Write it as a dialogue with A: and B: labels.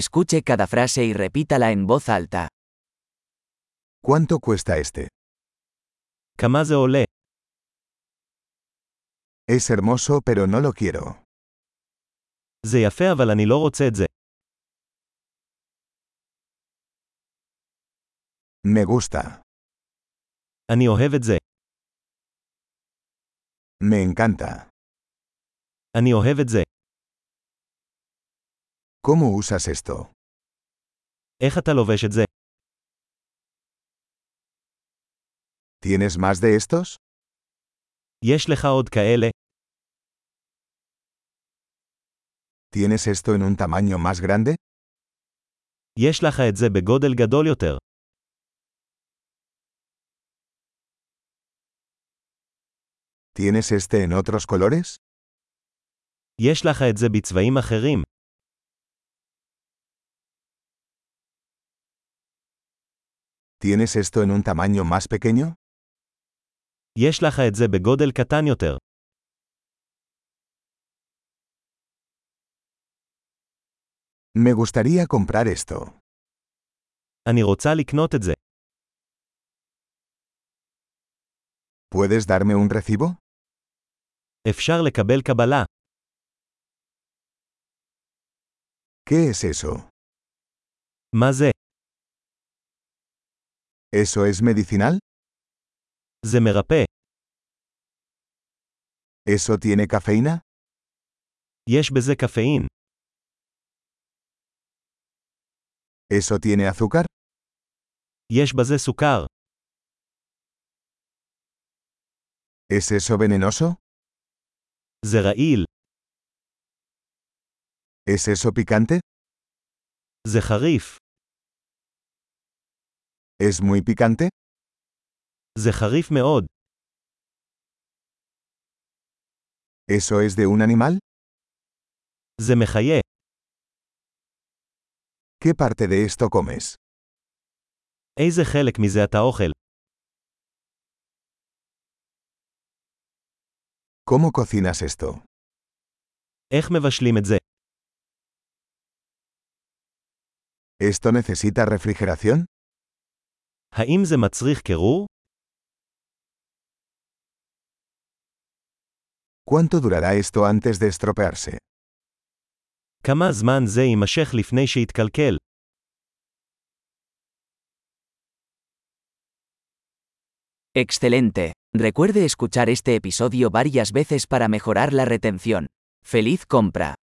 A: Escuche cada frase y repítala en voz alta.
B: ¿Cuánto cuesta este?
C: כמה זה עולה?
B: Es hermoso pero no lo quiero.
C: זה יפה אבל אני לא רוצה את זה.
B: Me gusta.
C: אני אוהב את זה.
B: Me encanta.
C: אני אוהב את זה.
B: ¿Cómo usas esto?
C: איך אתה לובש את זה?
B: ¿Tienes más de estos?
C: יש לך עוד כאלה?
B: ¿Tienes esto en un tamaño más grande?
C: יש לך את זה בגודל גדול יותר.
B: ¿Tienes este en otros colores?
C: יש לך את זה בצבעים אחרים.
B: ¿Tienes esto en un tamaño más pequeño?
C: יש לך את זה בגודל קטן יותר.
B: Me gustaría comprar esto.
C: אני רוצה לקנות את זה.
B: ¿Puedes darme un recibo?
C: אפשר לקבל קבלה.
B: ¿Qué es eso?
C: מה זה?
B: ¿Eso es medicinal?
C: זה מרפא.
B: ¿Eso tiene cafeína?
C: יש בזה קפאין.
B: ¿Eso tiene azúcar?
C: יש בזה סוכר.
B: ¿Es eso venenoso?
C: זה רעיל.
B: ¿Es eso picante?
C: זה חריף.
B: ¿Es muy picante?
C: זה חריף מאוד.
B: ¿Eso es de un animal?
C: זה מחיה.
B: ¿Qué parte de esto comes?
C: איזה חלק מזה אתה אוכל?
B: ¿Cómo cocinas esto?
C: איך מבשלים את זה?
B: ¿Esto necesita refrigeración?
C: האם זה מצריך קירור?
B: ¿Cuánto durará esto antes de estropearse?
C: כמה זמן זה יימשך לפני שיתקלקל?
A: Excelente. Recuerde escuchar este episodio varias veces para mejorar la retención. ¡Feliz compra!